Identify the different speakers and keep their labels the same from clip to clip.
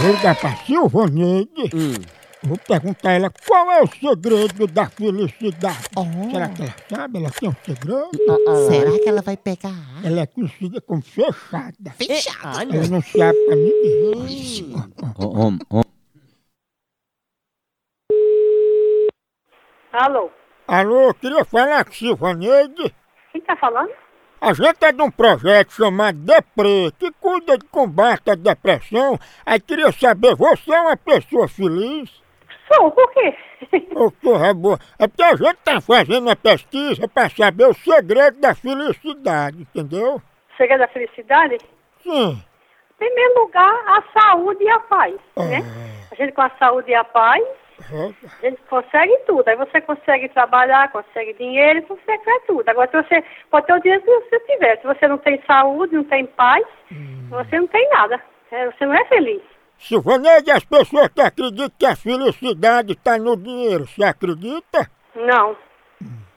Speaker 1: vou ligar pra Silvaneide. Vou perguntar a ela qual é o segredo da felicidade.
Speaker 2: Oh.
Speaker 1: Será que ela sabe? Ela tem um segredo?
Speaker 2: Será que ela vai pegar?
Speaker 1: Ela é conhecida como fechada.
Speaker 2: Fechado.
Speaker 1: Ela não sabe pra ninguém.
Speaker 3: Alô?
Speaker 1: Alô, eu queria falar com Silvaneide.
Speaker 3: Quem tá falando?
Speaker 1: A gente é de um projeto chamado Depre, que cuida de combate à depressão. Aí queria saber, você é uma pessoa feliz?
Speaker 3: Sou, por quê?
Speaker 1: Ô, porra boa, é porque a gente tá fazendo a pesquisa pra saber o segredo da felicidade, entendeu?
Speaker 3: Chega da felicidade? Em
Speaker 1: Sim.
Speaker 3: primeiro lugar, a saúde e a paz, né? A gente com a saúde e a paz,
Speaker 1: Rosa.
Speaker 3: a gente consegue tudo. Aí você consegue trabalhar, consegue dinheiro, consegue fazer tudo. Agora, se você pode ter o dinheiro que você tiver. Se você não tem saúde, não tem paz, você não tem nada. É, Você não é feliz.
Speaker 1: Silvaneide, as pessoas que acreditam que a felicidade tá no dinheiro, você acredita?
Speaker 3: Não.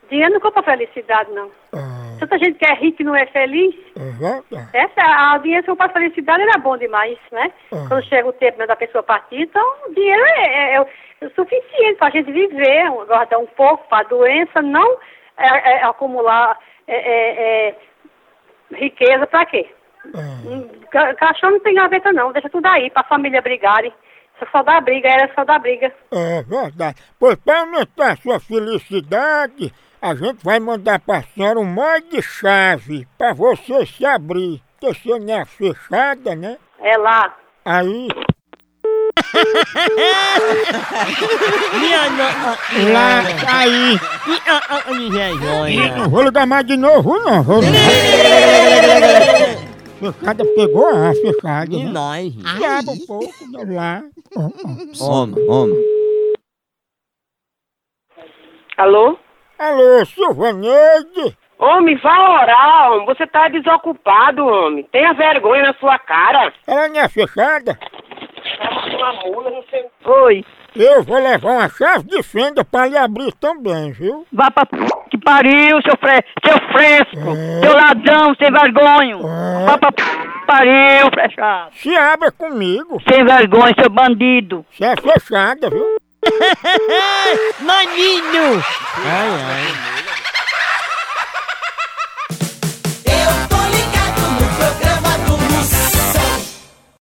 Speaker 3: Dinheiro não compra felicidade, não.
Speaker 1: Ah,
Speaker 3: Tanta gente que é rica e não é feliz,
Speaker 1: é verdade.
Speaker 3: Essa, a audiência para a felicidade era bom demais, né?
Speaker 1: Uhum.
Speaker 3: Quando chega o tempo né, da pessoa partir, então o dinheiro é, é- é o- é o suficiente para a gente viver, um- guardar um pouco para a doença, não é, é, acumular é, é, é, riqueza para quê?
Speaker 1: Ah,
Speaker 3: Hum, ca- Caixão não tem gaveta não, deixa tudo aí para a família brigarem. Isso só dá briga, era só dá briga.
Speaker 1: é verdade. Pois pra aumentar a sua felicidade, a gente vai mandar pra senhora um monte de chave pra você se abrir. Porque você não é fechada, né?
Speaker 3: É lá.
Speaker 1: Aí.
Speaker 4: Minha no...
Speaker 1: Lá, aí.
Speaker 4: Minha joia.
Speaker 1: Não vou ligar mais de novo, não. Vou... fechada pegou a fechada.
Speaker 4: E
Speaker 1: Né?
Speaker 4: nós.
Speaker 1: Acaba um pouco, né? Lá. Ó, ó.
Speaker 4: Homem, homem.
Speaker 3: Alô?
Speaker 1: Alô, Silvaneide?
Speaker 5: Homem, vá orar, homem. Você tá desocupado, homem. Tenha vergonha na sua cara.
Speaker 1: Ela não é fechada?
Speaker 5: Oi.
Speaker 1: Eu vou levar uma chave de fenda pra lhe abrir também, viu?
Speaker 5: Vá pra p... que pariu, seu, fre... seu fresco. Seu ladrão, sem vergonha. Vá pra p... que pariu, fechado.
Speaker 1: Se abra comigo.
Speaker 5: Sem vergonha, seu bandido.
Speaker 1: Você é fechada, viu?
Speaker 4: Maninho! Ai, ai.